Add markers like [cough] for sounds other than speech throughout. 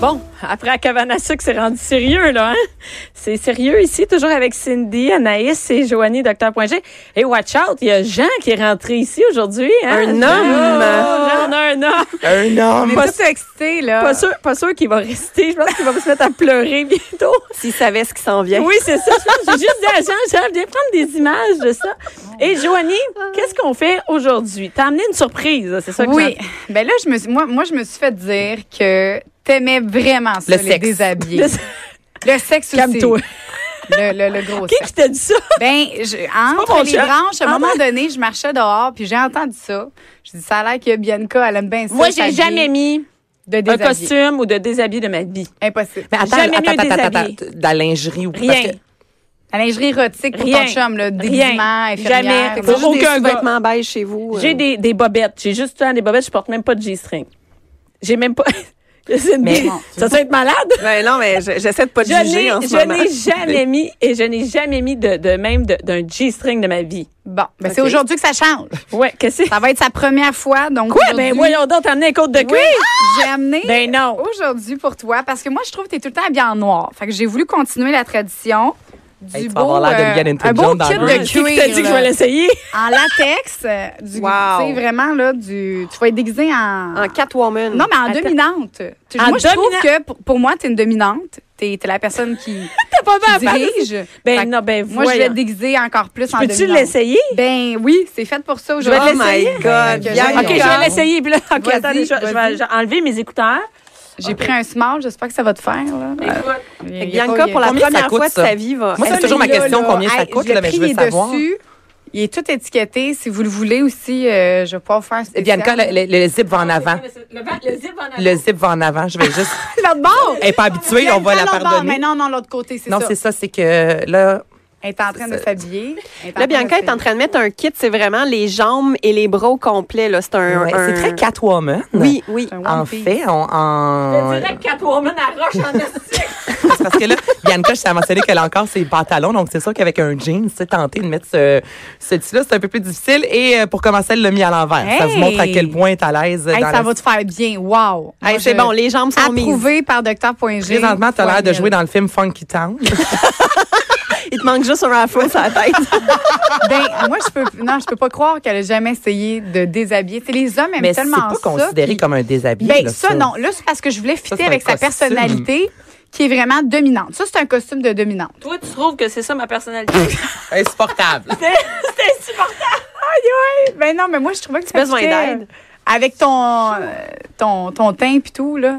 Bon, après à Cavanassuc, c'est rendu sérieux, là. Hein? C'est sérieux ici, toujours avec Cindy, Anaïs et Joanie, Docteur Poingé. Et watch out, il y a Jean qui est rentré ici aujourd'hui. Hein? Un homme! Oh, Jean, on a un homme! Un homme! Pas Pas tout excité, là. Pas sûr, pas sûr qu'il va rester. Je pense qu'il va se mettre à pleurer [laughs] bientôt. S'il savait ce qui s'en vient. Oui, c'est ça. Je pense que J'ai juste dit à Jean, Jean, viens prendre des images de ça. Et Joanie, qu'est-ce qu'on fait aujourd'hui? T'as amené une surprise, là, c'est ça que Oui. Ben là, je me suis, moi, moi, je me suis fait dire que t'aimais vraiment ça, Le les sexe. déshabillés. j'entends. Le sexe aussi. Calme-toi. Le, le, le [laughs] [laughs] gros Qui sexe. qui t'a dit ça? Ben, je, mon entre les chum. branches, à un moment donné, je marchais dehors, puis j'ai entendu ça. Je dis, ça a l'air que Bianca, elle aime bien ça. Moi, j'ai s'habiller jamais mis de un déshabiller. costume ou de déshabiller de ma vie. Impossible. Mais attends, Jamais attends, mieux attends, attends, déshabillé. attends, de la lingerie ou Rien. La lingerie érotique pour Rien. ton chum, le Rien. déguisement, infirmière. Jamais. Fait que Pour ça, Parce que Aucun aucun gars. des vêtements beige chez vous. J'ai euh. des, des bobettes. J'ai juste tout le temps des bobettes. Je porte même pas de G-string. J'ai même pas. [laughs] C'est une- Mais- ça doit être malade. Ben non, mais je- j'essaie de [laughs] pas te Je n'ai, juger en ce je moment. n'ai jamais mis et je n'ai jamais mis de, de même de- d'un G-string de ma vie. Bon, ben c'est Ok. aujourd'hui que ça change. Ouais, qu'est-ce que c'est? Ça va être sa première fois, donc Quoi? aujourd'hui, Ben voyons donc, t'as amené un côte de cuir. Oui, j'ai amené Ben non. aujourd'hui pour toi parce que moi, je trouve que tu es tout le temps habillé en noir. Fait que j'ai voulu continuer la tradition du Hey, tu beau, vas avoir l'air de euh, Vivienne un beau Intelligent dans kit le Ouais, de c'est qui qui t'a cuir dit que je vais là, l'essayer? [laughs] en latex. euh, du, Wow. Tu sais, vraiment, là, du, tu vas être déguisé en... En Catwoman. non, mais en Attends. dominante. Tu- En moi, je trouve dominante. que pour, pour moi, tu es une dominante. Tu es, la personne [laughs] qui, T'as pas qui mal à faire. dirige. Fait Ben que non, ben moi, je vais voyons. te déguiser encore plus en Peux-tu dominante. l'essayer? Ben oui, c'est fait pour ça Je vais aujourd'hui. oh my God. Ok, Bianca. OK, je vais l'essayer. Puis là, OK, Vas-y, attendez, je, vais- je vais vas-y. je vais enlever mes écouteurs. J'ai pris un small, j'espère que ça va te faire. Là. Fait que Bianca, pour la Combien ça première coûte, fois de ça? sa vie, va. Moi, c'est ça, toujours ma celui-là, question, là, combien ça hey, coûte, le là, mais je prix veux est savoir. dessus. Il est tout étiqueté. Si vous le voulez aussi, euh, je vais pouvoir vous faire un spécial. Eh, Bianca, le, le- le zip va en avant. Le, vent- le zip en avant. Le zip va en avant. Je vais juste. [laughs] l'autre bord! Elle n'est pas habituée, Eh on va la L'autre bord, Mais pardonner. non, non, l'autre côté, c'est Non, ça. c'est ça, c'est que là. Elle est en train de s'habiller. Elle est en Là, train de Bianca est en s'habiller. train de mettre un kit, c'est vraiment les jambes et les bras au complet. là. C'est un, ouais, un- C'est très Catwoman. Oui, oui. C'est un one En piece. fait, on- en. Je dirais que Catwoman arroche en esti. C'est [laughs] parce que là, Bianca, je t'ai mentionné qu'elle a encore ses pantalons. Donc, c'est sûr qu'avec un jean, tu sais, tenter de mettre ce, celui-là, c'est un peu plus difficile. Et euh, pour commencer, elle l'a mis à l'envers. Ça vous Hey! montre à quel point elle est à l'aise. Hey, dans ça la- va te faire bien. Wow! Hey, Moi, c'est je- bon, les jambes sont mises. Approuvé par Dr.G. Présentement, t'as l'air de Poirier. jouer dans le film [laughs] Funky Town. Il te manque juste un afro sur la tête. Ben, moi, je peux, non, je peux pas croire qu'elle a jamais essayé de déshabiller. Tu sais, les hommes aiment mais c'est tellement pas ça. considéré puis- comme un déshabillé. Ben, là, ça, non. Là, c'est parce que je voulais Ça, fitter c'est un avec sa costume. personnalité qui est vraiment dominante. Ça, c'est un costume de dominante. [laughs] Toi, tu trouves que c'est ça ma personnalité? Insupportable. C'était insupportable. Aïe, aïe. Ben non, mais moi, je trouvais que tu besoin d'aide? Avec ton, euh, ton, ton teint puis tout, là.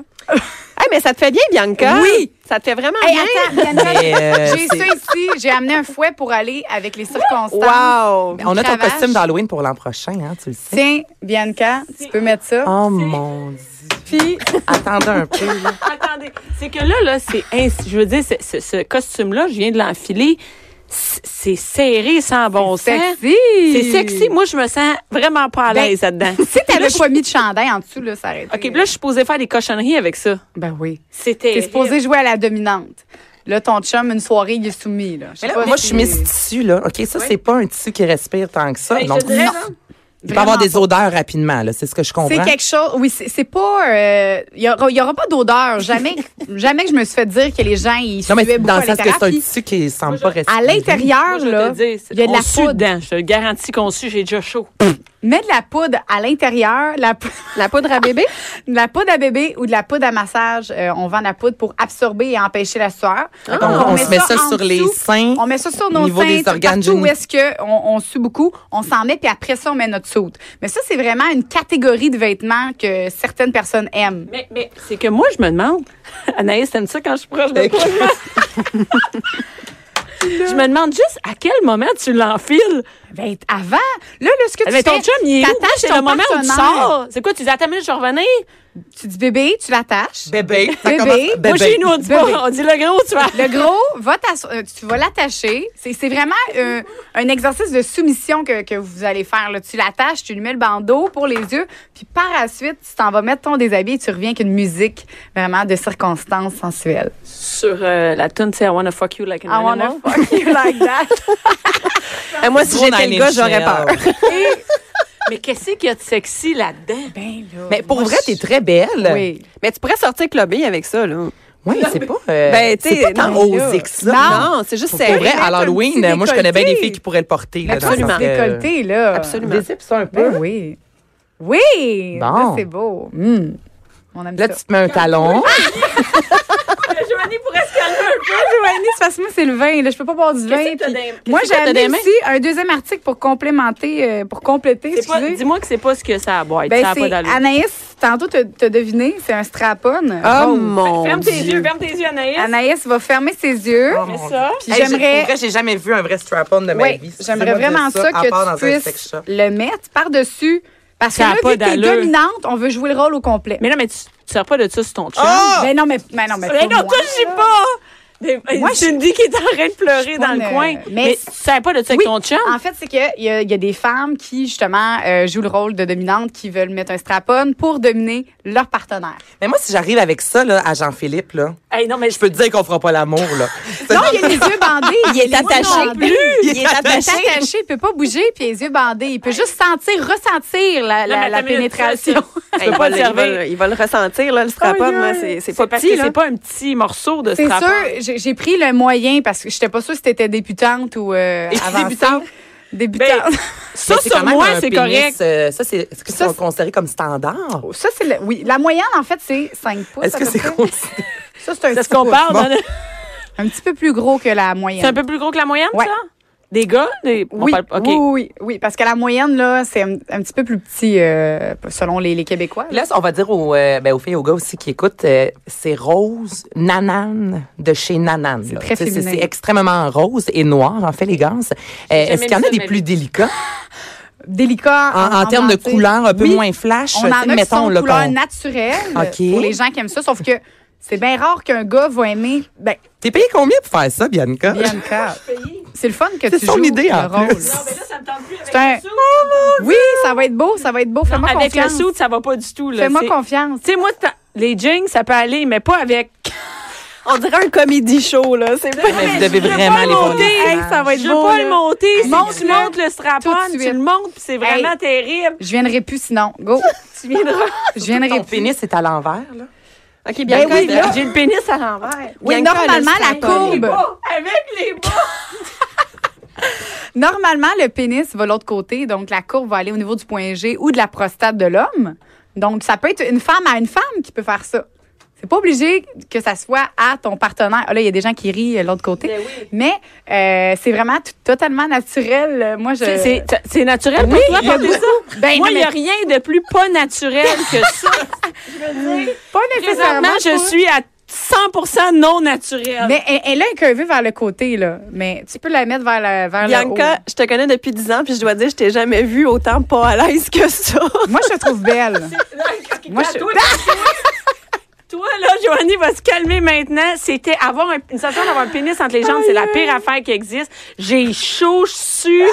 Hey, mais ça te fait bien, Bianca. Oui. Ça te fait vraiment Hey, bien. attends, Bianca, Mais, euh, j'ai c'est- ça ici. J'ai amené un fouet pour aller avec les circonstances. Wow. On a ton cravache. costume d'Halloween pour l'an prochain, hein, tu le sais. Tiens, Bianca, tu peux mettre ça. Oh mon dieu. Puis, Attendez un peu. là. [laughs] [laughs] Attendez, c'est que là, là, c'est ins- je veux dire, c'est- ce, ce costume-là, je viens de l'enfiler, c'est c'est serré sans bon sens. sexy. C'est sexy. Moi, je me sens vraiment pas à Ben, l'aise [laughs] là-dedans. Si Puis là, t'avais je- pas mis de chandail en dessous, là, ça aurait été- OK, puis là, je suis supposée faire des cochonneries avec ça. Ben oui. C'était. T'es supposé jouer à la dominante. Là, ton chum, une soirée, il est soumis. Là. Je sais Mais là, pas moi, je si- suis mis ce tissu, là. OK, ça, c'est pas un tissu qui respire tant que ça. Hey, je donc, te dirais, là, il peut avoir vraiment des pas. odeurs rapidement, là. C'est ce que je comprends. C'est quelque chose. Oui, c'est c'est pas. euh, Il y aura, il y aura pas d'odeur. [laughs] Jamais, jamais que je me suis fait dire que les gens ils Non, mais suaient c'est beaucoup dans à le sens que c'est l'intérieur. un Puis, tissu qui semble pas respirer. À l'intérieur, Moi, je vais là, te dire, c'est- il y a de on la sue poudre. dedans. Je te garantis qu'on sue, j'ai déjà chaud. Mets de la poudre à l'intérieur, la, pou- [laughs] La poudre à bébé. de la poudre à bébé ou de la poudre à massage. Euh, on vend de la poudre pour absorber et empêcher la sueur. Ah. Donc, on, se met ça, en sur les dessous. seins. On met ça sur nos Au niveau seins, des tout- organes partout où génitaux. est-ce qu'on on sue beaucoup, on s'en met, puis après ça, on met notre soute. Mais ça, c'est vraiment une catégorie de vêtements que certaines personnes aiment. Mais, mais c'est que moi, je me demande, [laughs] Anaïs, t'aimes ça quand je suis proche de toi? [laughs] je me demande juste à quel moment tu l'enfiles. Ben, avant, là, là, ce que tu Mais ton fais, chum, il est où? t'attaches C'est ton le moment où tu partenaire. sors. C'est quoi, tu dis, attends une minute, je vais revenir? Tu dis bébé, tu l'attaches. Bébé. ça Bébé. commence- Moi, Moi, chez Ben, nous, on dit pas, Bébé. on dit le gros, tu vas. Le gros, va t'asso- euh, tu vas l'attacher. C'est c'est vraiment euh, un exercice de soumission que, que vous allez faire. là. Tu l'attaches, tu lui mets le bandeau pour les yeux, puis par la suite, tu t'en vas mettre ton déshabillé et tu reviens avec une musique vraiment de circonstances sensuelles. Sur euh, la tune, c'est I wanna fuck you like an I wanna animal. fuck you like that. Et moi, si Gros j'étais le Nine gars, Inch j'aurais peur. Nails. [laughs] Mais qu'est-ce qu'il y a de sexy là-dedans? [laughs] Ben là, Mais pour moi, vrai, je- t'es très belle. Oui. Mais tu pourrais sortir clubé avec ça, là. Oui, mais c'est pas. euh, Ben, tu sais, c'est pas tant non, là. osé que ça. Non, c'est juste Pour sérieux. vrai, à mettre un l'Halloween, petit moi, je connais bien des décolleté. filles qui pourraient le porter. Là, dans euh, le sens Absolument. que- Décolleté, euh, là. Absolument. Des zips, ça, un peu. Ben oui. Oui! Bon. Ça, c'est beau. Hum. On aime Là, ça. tu te mets un talon. Joanie pourrait se calmer un peu. Joanie, c'est parce que moi, c'est le vin. Là. Je peux pas boire du vin. Qu'est-ce que t'as puis- dans- qu'est-ce Moi, que j'ai t'as amené dans les mains? aussi un deuxième article pour complémenter, euh, pour compléter, C'est pas- excusez. Dis-moi que c'est pas ce que ça a à boire. ben, ça a pas c'est d'allure. Anaïs, tantôt, t'as t'as deviné, c'est un strap-on. Oh rose. mon Ferme tes Dieu. yeux, ferme tes yeux, Anaïs. Ah, Anaïs va fermer ses yeux. Oh, Fais mon ça. Puis Dieu. Hey, j'aimerais- j'ai- pour vrai, j'ai jamais vu un vrai strap-on de ma Oui, vie. j'aimerais Excusez-moi de vraiment ça, à part dans que un tu puisses sex shop. le mettre par-dessus. Parce que Ça a là, pas vu que t'es d'allure. dominante, on veut jouer le rôle au complet. Mais non, mais tu, tu sors pas de ça sur ton chum. Ah! Ben non, mais, mais non, mais Mais pour non, moi. toi, je sais pas. euh, Des- Moi, Cindy qui est en train de pleurer suis dans pas le une- coin. mais- Mais, tu savais pas de ça avec Oui. ton chum? En fait, c'est qu'il y, a- il y a des femmes qui, justement, euh, jouent le rôle de dominante, qui veulent mettre un strap-on pour dominer leur partenaire. Mais moi, si j'arrive avec ça là, à Jean-Philippe, là, Hey, non, mais je peux te dire qu'on fera pas l'amour. là. Non, il a les yeux bandés. Il est attaché. Il est Il attaché. est attaché, il peut pas bouger, puis les yeux bandés. Il peut juste sentir, ressentir la, la- Non, mais la attends une minute, pénétration. ça, ça, Tu peux pas le il, va, servir. le- il va le ressentir, là, le strap-on. là. C'est c'est pas parce petit, que là. c'est pas un petit morceau de [laughs] C'est strap sûr, j'ai- j'ai pris le moyen parce que j'étais pas sûre si t'étais débutante ou euh, Et avancée. débutante? Débutante. Ça, Mais c'est sur quand même moi, un c'est pénis, correct. euh, ça, c'est est-ce que Ça, c'est c'est- considéré comme standard? [laughs] Ça, c'est le- oui, la moyenne, en fait, c'est 5 pouces. Est-ce à que peu c'est près. considéré? Ça, c'est un, C'est petit ce qu'on peu- parle. hein? Bon. non, non. un petit peu plus gros que la moyenne. C'est un peu plus gros que la moyenne, Ouais. ça? Des gars? Des... on Oui, parle- OK. oui, oui, oui, parce que la moyenne, là, c'est un, un petit peu plus petit euh, selon les, les Québécois. là. Là, on va dire aux, euh, ben, aux filles et aux gars aussi qui écoutent, euh, c'est rose nanane de chez Nanane. là. très Tu sais, C'est féminin. c'est extrêmement rose et noir, en fait, les gars. Euh, Est-ce qu'il y en vu a ça, des mais- plus délicats Délicat. en, en termes de entier. couleurs un peu Oui, moins flash? On en tu sais, a qui sont mettons, là, couleur qu'on- naturelle OK. pour les gens qui aiment ça, sauf que c'est bien rare qu'un gars va aimer. Ben, T'es payé combien pour faire ça, Bianca? Bianca, c'est le fun que C'est tu son joues idée, le en rôle. plus. Non, mais là, ça me tente plus avec C'est un- le sou. Oui, ça va être beau, ça va être beau. Fais-moi Avec le confiance. sou, ça va pas du tout. là. Fais-moi C'est- confiance. Tu sais, moi, t'as- les jeans, ça peut aller, mais pas avec. On dirait un comédie show, là. C'est pas... Mais vous Je devez veux vraiment pas les le voir. monter. Hey, ça va être Je veux beau, pas là. le monter. Si Monte-le tu montes le strap-on, tout de tu le suite. montes, puis c'est vraiment Hey. terrible. Je viendrai plus sinon. Go. [laughs] Tu viendras. Je viendrai Ton plus. pénis est à l'envers, là. [laughs] OK, bien oui, là. J'ai le pénis à l'envers. Oui, Bianca, elle normalement, a le la strap-on. courbe. Bas, avec les bas. Normalement, le pénis va de l'autre côté, donc la courbe va aller au niveau du point G ou de la prostate de l'homme. Donc, ça peut être une femme à une femme qui peut faire ça. C'est pas obligé que ça soit à ton partenaire. Ah, là, il y a des gens qui rient euh, l'autre côté. Mais euh, c'est vraiment tout- totalement naturel. Euh, Moi, je. C'est- C'est c'est naturel pour toi, il y a porter ça? Ben, Moi, non, il n'y a mais rien de plus pas naturel que [laughs] ça. pas nécessairement. Présentement, je faut- suis à 100 non naturel. Mais elle, elle a un curvé vers le côté, là. Mais tu peux la mettre vers, la, vers le Bianca, je te connais depuis 10 ans, puis je dois dire, je t'ai jamais vue autant pas à l'aise que ça. haut. Moi, je te [laughs] trouve belle. Moi, je- toi, toi, là, Joanie va se calmer maintenant. C'était avoir un- une sensation d'avoir un pénis entre les jambes, c'est la pire affaire qui existe. J'ai chaud, je sue,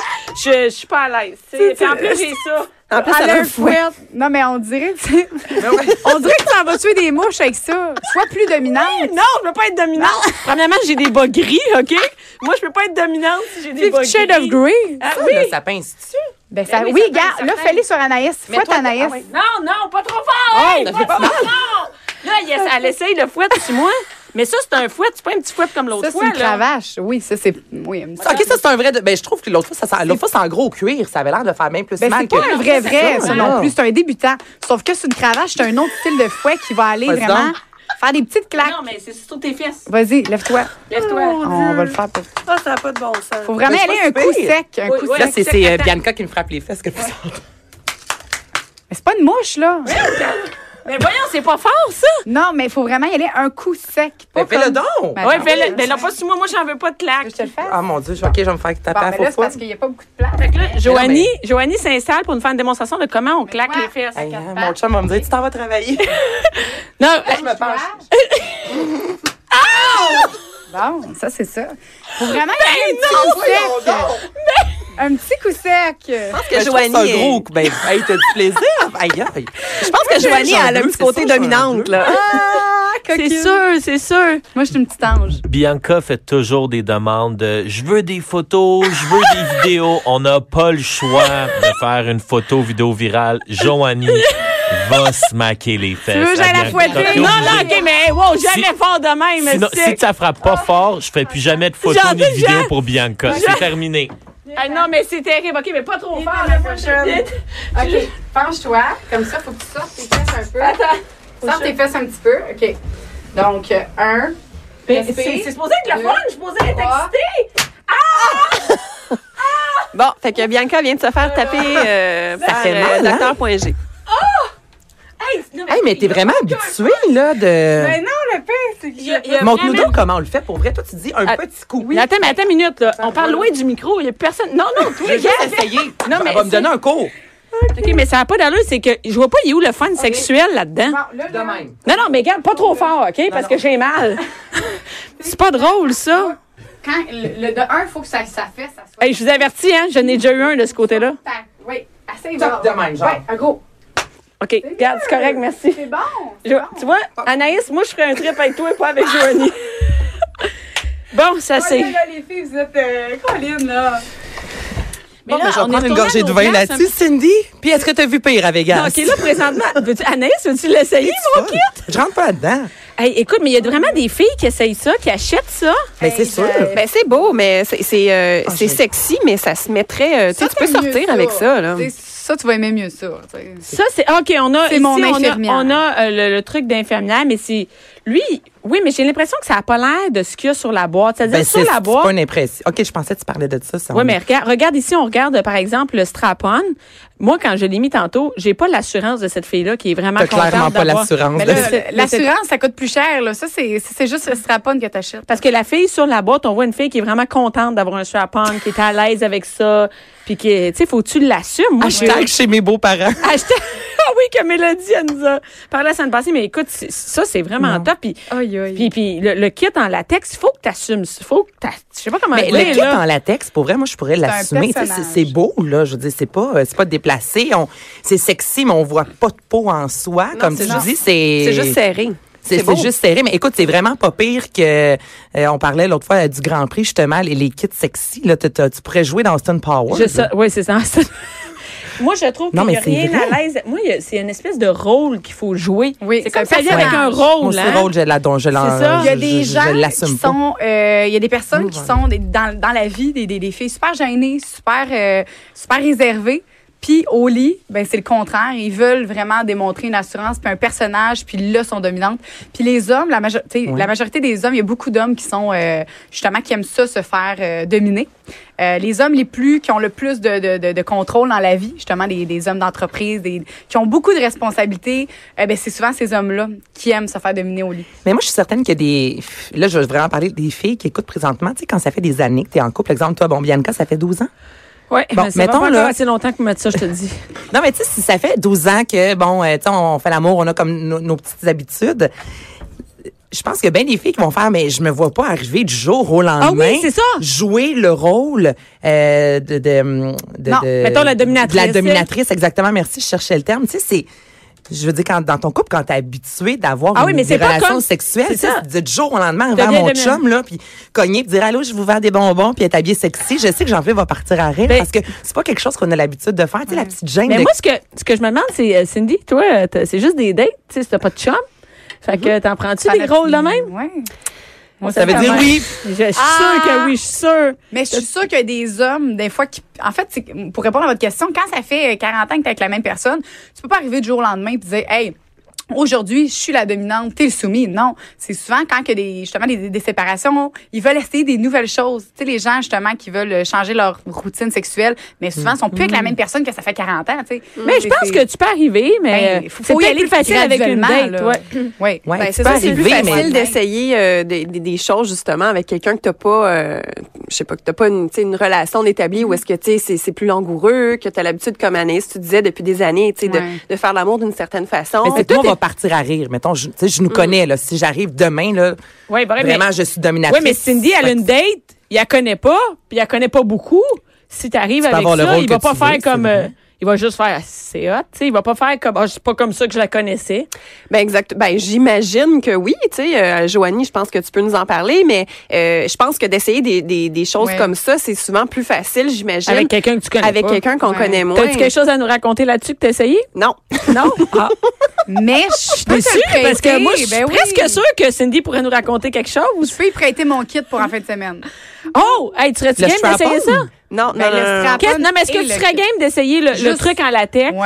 je, je suis pas à l'aise. C'est- Puis en plus, j'ai ça. En plus, Elle ça a va un fouet. fouet. Non, mais on dirait que c'est- Ben [laughs] on dirait que ça va tuer des mouches avec ça. Sois plus dominante. Non, je peux pas être dominante. Premièrement, j'ai des bas gris, OK? Moi, je peux pas être dominante si j'ai des bas Fifty gris. Shades of Grey. Ah, Ça, oui. là, ça pince-tu? Ben, ça, Ben oui, oui, certain, regarde, là, certain. fais-les sur Anaïs. Fouette Anaïs. Ah Non, non, pas trop fort! hey, pas trop fort! Là, yes, elle essaye le fouet sur moi. Mais ça, c'est un fouet, c'est pas un petit fouet comme l'autre Ça, c'est fois. une là. cravache. Oui, ça, c'est. Oui, une- OK, ça, c'est un vrai... de- Ben, je trouve que l'autre fois, ça, sent- l'autre fois, c'est en gros cuir. Ça avait l'air de faire même plus Ben, mal c'est pas que- un vrai vrai, ça, ça non. non plus. C'est un débutant. Sauf que c'est une cravache, c'est un autre style de fouet qui va aller Vas-y vraiment donc. faire des petites claques. Non, mais c'est surtout tes fesses. Vas-y, lève-toi. Lève-toi. On va le faire. Pour... Ah, ça n'a pas de bon sens. Faut vraiment Mais c'est aller pas un coup si pire. sec. Un Oui, coup oui. sec. Là, c'est c'est, euh, Attends. Bianca qui me frappe les fesses que vous sentez. Mais c'est pas une mouche, là. Mais voyons, c'est pas fort, ça. Non, mais il faut vraiment y aller un coup sec. pas Mais fais-le comme- donc! Ben, ouais, non. fais-le. Ben là, pas sur moi. Moi, j'en veux pas de Tu claque. veux que je te le fasse? Ah mon Dieu, je- ok, je vais me faire taper Bon, à mais là, faux c'est parce qu'il n'y a pas beaucoup de place. Fait que là, Joanie, mais- Joanie s'installe pour nous faire une démonstration de comment on claque quoi? les fesses. Hey, hein, mon chum va me dire, tu t'en vas [laughs] travailler. Non, je me penche. Bon, ça, c'est ça. Faut vraiment y aller un petit coup Voyons sec. donc. Un petit coup sec. que Ben, je trouve Joanie ça est- un gros coup. Ben, hey, t'as du plaisir. Aïe, aïe. Je pense que Joanie, j'en elle a un veux, petit c'est côté ça, j'en dominante, veux. là. Ah, c'est coquine. sûr, c'est sûr. Moi, je suis une petite ange. Bianca fait toujours des demandes de je veux des photos, je veux des vidéos. [laughs] On n'a pas le choix de faire une photo vidéo virale. Joanie va se maquer les fesses. veux que j'aille la Bianca, fouetter? t'es Non, non, obligée. OK, mais hey, wow, jamais Si- fort de même. Sinon, c'est- si ça frappe pas fort, je fais plus jamais de photos J'en ni de ai- vidéos j'en- pour Bianca. C'est terminé. Ah non, mais c'est terrible. OK, mais pas trop fort la prochaine. OK, penche-toi. Comme ça, faut que tu sortes tes fesses un peu. Attends. Sors tes fesses un petit peu. OK. Donc, euh, un. Mais Respire. C'est c'est supposé être le Deux, fun. Je suis supposée être trois. excitée. Bon, fait que Bianca vient de se faire taper euh, par fait mal, hein? l'acteur.g. Hey, non, Hey, mais t'es vraiment habitué, là, de. non, le pire, c'est que Il y a- il y a Montre-nous vraiment- donc comment on le fait. Pour vrai, toi, tu dis un Ah, petit coup. Mais Attends, mais attends une minute. Là. On parle loin du micro. Il n'y a personne. Non, non, toi, J'ai gars. juste essayé. Non, mais Elle va me c'est- donner un cours. OK, mais ça n'a pas d'allure. C'est que je vois pas, il est où le fun sexuel là-dedans? là, De même. Non, non, mais regarde, pas trop fort, OK? Parce que j'ai mal. C'est pas drôle, ça. Quand le, le de un, il faut que ça, ça fait, ça soit. Hey, je vous avertis, hein, je n'ai déjà eu un de ce côté-là. Tac. Oui, assez Top de même, genre. Ouais, un gros. OK, regarde, c'est correct, merci. C'est bon. Je- tu vois, Anaïs, moi, je ferais un trip avec toi et pas avec Joanie. bon, ça c'est. Oh, là, les filles, vous êtes euh, collines, là. Mais là, mais je vais on est prendre une retourné gorgée à de nos vin glaces un là-dessus, Cindy. Puis est-ce que t'as vu pire à hein. Non, Vegas? OK, là, présentement, veux-tu- Anaïs, veux-tu l'essayer, C'est mon fun. kit? Je rentre pas là-dedans. Hey, écoute, mais il y a vraiment des filles qui essayent ça, qui achètent ça. Mais c'est sûr. Ben, c'est beau, mais c'est c'est, euh, c'est Ah, j'ai- sexy, mais ça se mettrait. euh, tu sais, tu peux sortir avec ça, là. T'sais, Ça, tu vas aimer mieux ça. t'sais. Ça, c'est. ah, OK, on a. C'est ici, mon on a- infirmière. On a, euh, le, le truc d'infirmière, mais c'est. Lui, oui, mais j'ai l'impression que ça n'a pas l'air de ce qu'il y a sur la boîte. C'est-à-dire, Ben, sur c'est la c'est pas boîte. une impression. OK, je pensais que tu parlais de ça. ça Oui, on- mais regarde, regarde ici, on regarde, euh, par exemple, le strap-on. Moi, quand je l'ai mis tantôt, j'ai pas l'assurance de cette fille-là qui est vraiment T'as contente. clairement pas d'avoir- l'assurance. Mais de là, ça. c'est- l'assurance, ça coûte plus cher. Là. Ça, c'est c'est juste le strapon que t'achètes. Parce que la fille sur la boîte, on voit une fille qui est vraiment contente d'avoir un strap-on, qui est à l'aise avec ça, puis qui, est- tu sais, faut-tu l'assumer? Moi, je- Hashtag chez mes beaux-parents. Hashtag- [laughs] Ah oui, que Mélodie, elle nous a parlé la semaine passée, mais écoute, c'est- ça, c'est vraiment top. Puis, Aïe, puis, puis le, le kit en latex, faut que t'assumes, faut que t'as, je sais pas comment Mais dire, le kit là. en latex, pour vrai, moi, je pourrais l'assumer. Tu sais, C'est personnage. c'est beau, là. Je veux dire, c'est pas, euh, c'est pas déplacé. On- C'est sexy, mais on voit pas de peau en soi. comme tu c'est non. dis, c'est. C'est juste serré. C'est beau. c'est juste serré. Mais écoute, c'est vraiment pas pire que. euh, on parlait l'autre fois euh, du Grand Prix, justement, les, les kits sexy. Là, T'as- t'as- tu pourrais jouer dans Stone Power. Je sais- oui, c'est ça. [laughs] Moi, je trouve qu'il Non, n'y a mais rien c'est vrai. à l'aise. Moi, il y a- c'est une espèce de rôle qu'il faut jouer. Oui, c'est c'est comme un ça vient avec un personnage. Moi rôle. aussi, hein. Rhodes, je la don- je l'en- C'est ça. je- Il y a des je- je gens qui l'assume pas. sont, euh, il y a des personnes qui sont des- dans, dans la vie des, des, des filles super gênées, super, euh, super réservées. Puis au lit, ben c'est le contraire. Ils veulent vraiment démontrer une assurance, puis un personnage, puis là sont dominantes. Puis les hommes, la, majo- tu sais, Ouais. la majorité des hommes, il y a beaucoup d'hommes qui sont euh, justement qui aiment ça, se faire euh, dominer. Euh, les hommes les plus qui ont le plus de, de, de, de contrôle dans la vie, justement des, des hommes d'entreprise, des- qui ont beaucoup de responsabilités, euh, ben c'est souvent ces hommes-là qui aiment se faire dominer au lit. Mais moi, je suis certaine qu'il y a des. Là, je veux vraiment parler des filles qui écoutent présentement. Tu sais, quand ça fait des années que tu es en couple. Exemple, toi, bon, Bianca, ça fait 12 ans. Ouais, Bon, mais Eh ben, ça va mettons, pas là- encore assez longtemps que mettre ça, je te [laughs] dis. Non, mais tu sais, si ça fait 12 ans que, bon, euh, tu sais, on fait l'amour, on a comme nos, nos petites habitudes. Je pense que bien des filles qui vont faire, mais je me vois pas arriver du jour au lendemain. Ah oui, c'est ça. Jouer le rôle euh, de, de, de- Non, de- mettons la de dominatrice. la dominatrice, exactement. Merci, je cherchais le terme. Tu sais, c'est. Je veux dire, quand, dans ton couple, quand t'es habitué d'avoir Ah oui, une mais c'est pas relation comme- sexuelle, c'est tu sais, ça. c'est du jour au lendemain, T'as envers bien mon dominé. chum, là, puis cogner, puis dire, allô, je vous vends des bonbons, puis être habillé sexy, je sais que Jean-Philippe va partir à rire, Ben- parce que c'est pas quelque chose qu'on a l'habitude de faire, tu sais, la petite gêne Mais de moi, ce que, ce que je me demande, c'est, euh, Cindy, toi, euh, t'as- c'est juste des dates, tu sais, si t'as pas de chum. Fait que t'en prends-tu des rôles de même? Ouais. Ça veut dire oui. Je suis sûre Ah! que oui, je suis sûre. Mais je suis sûre qu'il y a des hommes, des fois, qui. En fait, c'est que, euh, pour répondre à votre question, quand ça fait 40 ans que t'es avec la même personne, tu peux pas arriver du jour au lendemain et dire, hey, Aujourd'hui, je suis la dominante, t'es le soumis. Non, c'est souvent quand il y a des, justement des, des séparations, ils veulent essayer des nouvelles choses. Tu sais, les gens justement qui veulent euh, changer leur routine sexuelle, mais souvent sont plus avec Mm. la même personne que ça fait 40 ans. Tu sais, Mais je pense que tu peux arriver, mais Ben, euh, faut y aller facile avec une date. là. ouais. Ouais. Ouais, Ben, tu c'est peux ça, c'est plus arriver, mais- ben, facile d'essayer euh, des, des- des choses justement avec quelqu'un que t'as pas, euh, je sais pas, que t'as pas une, tu sais, une relation établie où est-ce que tu sais, c'est- c'est plus langoureux, que t'as l'habitude comme Anaïs, tu disais depuis des années, tu sais, de- Ouais. de, faire l'amour d'une certaine façon. Mais c'est que moi, on va partir à rire. Mettons, je, tu sais, je nous connais, là. Si j'arrive demain, là, Mm. Ouais, vrai, mais- vraiment, je suis Oui, dominatrice. mais Cindy, elle a une date, il la connaît pas, puis il la connaît pas beaucoup. Si t'arrives Tu peux avec avoir le ça, rôle il va que pas tu faire veux, comme. c'est euh, vrai. il va juste faire Ah, c'est hot, tu sais. Il va pas faire comme. Ah, c'est pas comme ça que je la connaissais. Ben exact. Ben j'imagine que oui. Tu sais, euh, Joanie, je pense que tu peux nous en parler, mais euh, je pense que d'essayer des, des, des choses Ouais. comme ça, c'est souvent plus facile, j'imagine, Avec quelqu'un que tu connais avec pas. quelqu'un qu'on Ouais. connaît moins. T'as-tu quelque chose à nous raconter là-dessus que t'as essayé? Non. Non? Ah, Mais je [laughs] suis déçue, parce que moi, je suis ben oui. presque sûre que Cindy pourrait nous raconter quelque chose. Je peux y prêter mon kit pour en fin de semaine. Oh! Hey, tu serais-tu Le game d'essayer strap-on? ça? Non, non, Ben, le non, non, non. strap- Qu'est-ce- non, mais est-ce que Et tu le- serais game d'essayer le, le Juste- truc en latex? Ouais.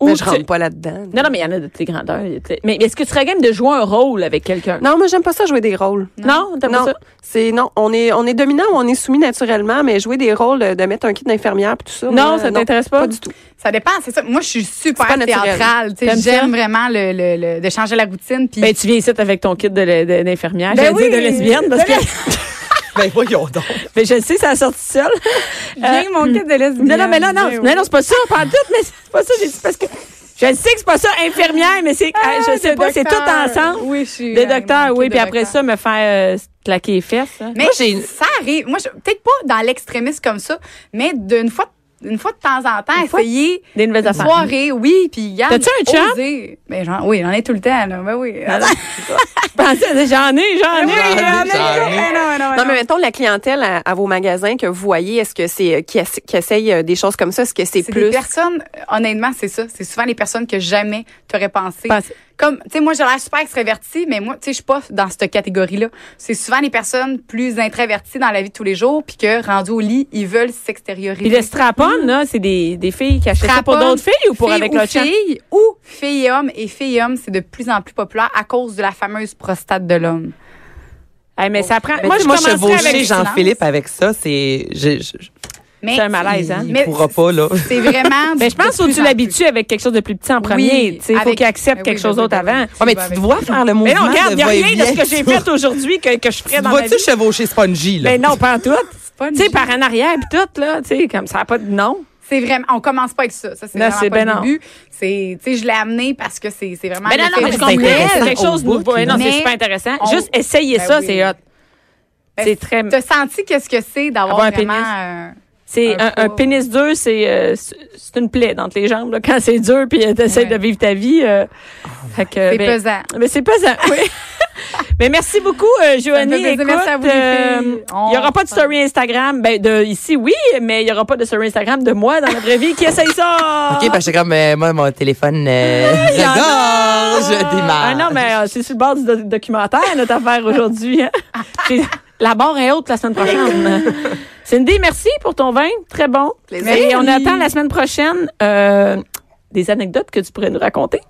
Ben, Ou tu- je rentre pas là-dedans. Non, non, mais il y en a de tes grandeurs. il y a de- Mais est-ce que tu serais game de jouer un rôle avec quelqu'un? Non, moi j'aime pas ça jouer des rôles. Non? T'as pas Non, ça? c'est non, on est on est dominant ou on est soumis naturellement, mais jouer des rôles de, de mettre un kit d'infirmière puis tout ça. Non, moi, ça t'intéresse pas? euh, Pas du tout. Ça dépend, c'est ça. Moi, je suis super C'est pas naturel. théâtrale. tu sais. T'aimes J'aime ça? vraiment le, le- le- de changer la routine. Puis Ben, tu viens ici avec ton kit de le- de- d'infirmière. Ben J'allais dire oui. de lesbienne, parce que. [laughs] Ben, voyons donc. Mais je le sais, ça a sorti seul. Euh, J'ai mon kit de lesbienne. Non, non, mais là, non, Ben oui. non, non, c'est pas ça, pas en tout, mais c'est pas ça, j'ai dit, parce que je le sais que c'est pas ça, infirmière, mais c'est, Ah, je sais des pas, c'est tout docteurs. ensemble. Oui, je suis. Des euh, docteurs, mon oui, kit puis de après docteur. ça, me faire euh, claquer les fesses. hein. Mais Moi, j'ai- ça arrive. Moi, je- peut-être pas dans l'extrémisme comme ça, mais d'une fois, une fois de temps en temps, fois- essayer Des nouvelles une affaires. soirée, oui, puis garde. T'as-tu un chum? oser. Ben, genre, oui, j'en ai tout le temps, là. Ben oui. [laughs] Je pensais, j'en ai, j'en Oui, ai. j'en ai, Ben non, ben j'en ai. non, ben Non, mais non. mettons la clientèle à, à vos magasins que vous voyez, est-ce que c'est euh, qui, essa- qui essaye euh, des choses comme ça, est-ce que c'est C'est des plus personnes, honnêtement, c'est ça. C'est souvent les personnes que jamais t'aurais pensé. Pensé. Comme, tu sais, moi, j'ai l'air super extravertie, mais moi, tu sais, je suis pas dans cette catégorie-là. C'est souvent les personnes plus introverties dans la vie de tous les jours, puis que, rendues au lit, ils veulent s'extérioriser. Puis le strap-on, là, c'est des, des filles qui achètent ça pour Strap-on, d'autres filles ou pour filles avec ou le chien? filles ou filles et hommes. Et filles et hommes, c'est de plus en plus populaire à cause de la fameuse prostate de l'homme. Eh, mais ça prend. Mais moi, je Ben, tu sais, moi, commencerais chevaucher avec Jean-Philippe avec ça, c'est. je- je- Mais C'est un malaise, hein? Il pourra pas, là. C'est vraiment. [laughs] Mais Ben, je pense de que plus tu en plus. l'habitues avec quelque chose de plus petit en premier. tu sais, il faut avec- qu'il accepte Ben quelque oui, chose ben oui, d'autre ben oui. avant. Ouais, mais tu avec- dois faire le mouvement. Mais non, regarde, de il n'y a rien de va-et-vient. ce que j'ai [laughs] fait aujourd'hui que, que je ferais Tu dans ma vie. vas-tu chevaucher Spongy, là? Mais non, pas en tout. pas une Tu sais, joke. par en arrière puis tout, là, tu sais, comme ça n'a pas de nom. C'est vraiment. On commence pas avec ça. Ça, c'est Non, vraiment c'est pas ben non. le début. C'est, tu sais, je l'ai amené parce que c'est, c'est vraiment. le fait- Ben mais je comprends. Ben C'est intéressant quelque au chose de bout, nouveau. Mais non, c'est mais super intéressant. on- Juste essayer Ben ça, oui. c'est hot. Ben, C'est très. T'as senti qu'est-ce que c'est d'avoir Avoir un vraiment. pénis. euh, C'est un un, un poids. pénis dur, c'est euh, c'est- c'est une plaie dans les jambes. là. [laughs] Quand c'est dur, puis euh, t'essayes Ouais. Oh de vivre ta vie. euh, fait que, c'est ben, pesant. Mais c'est pesant, [laughs] oui. Mais merci beaucoup, euh, Ça me Joanie. fait plaisir. Écoute, Merci à vous, les filles. euh, il n'y aura On- pas de story Instagram. Ben, de, ici, oui, mais il n'y aura pas de story Instagram de moi dans la vraie vie qui essaye ça. [laughs] OK, parce que c'est comme, euh, moi, mon téléphone, euh, [laughs] je y en gorge, je démarre. Ah non, mais euh, c'est sur le bord du do- documentaire, notre affaire aujourd'hui. hein. Ah. J'ai- La barre est haute la semaine prochaine. Cindy, merci pour ton vin. Très bon. Plaisir. Et on attend la semaine prochaine euh, des anecdotes que tu pourrais nous raconter.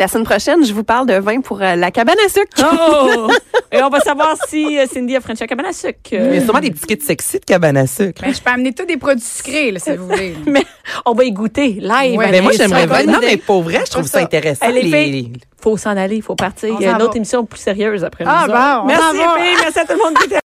la semaine prochaine, je vous parle de vin pour euh, la cabane à sucre. Oh! [laughs] Et on va savoir si euh, Cindy a French à cabane à sucre. Il y Euh, a sûrement des petits kits sexy de cabane à sucre. Ben, je peux amener tous des produits sucrés, là, si [laughs] vous voulez. mais on va y goûter live. Ouais. mais Ben, moi, Anaïs. j'aimerais bonne vraiment. Non, idée. mais pour vrai, je trouve ça ça. intéressant. Allez, les- fille. les- faut s'en aller, il faut partir. On Il y a s'en une va. autre émission plus sérieuse après nous Ah, autres. bon, on Merci, s'en va. filles. merci à tout le monde qui était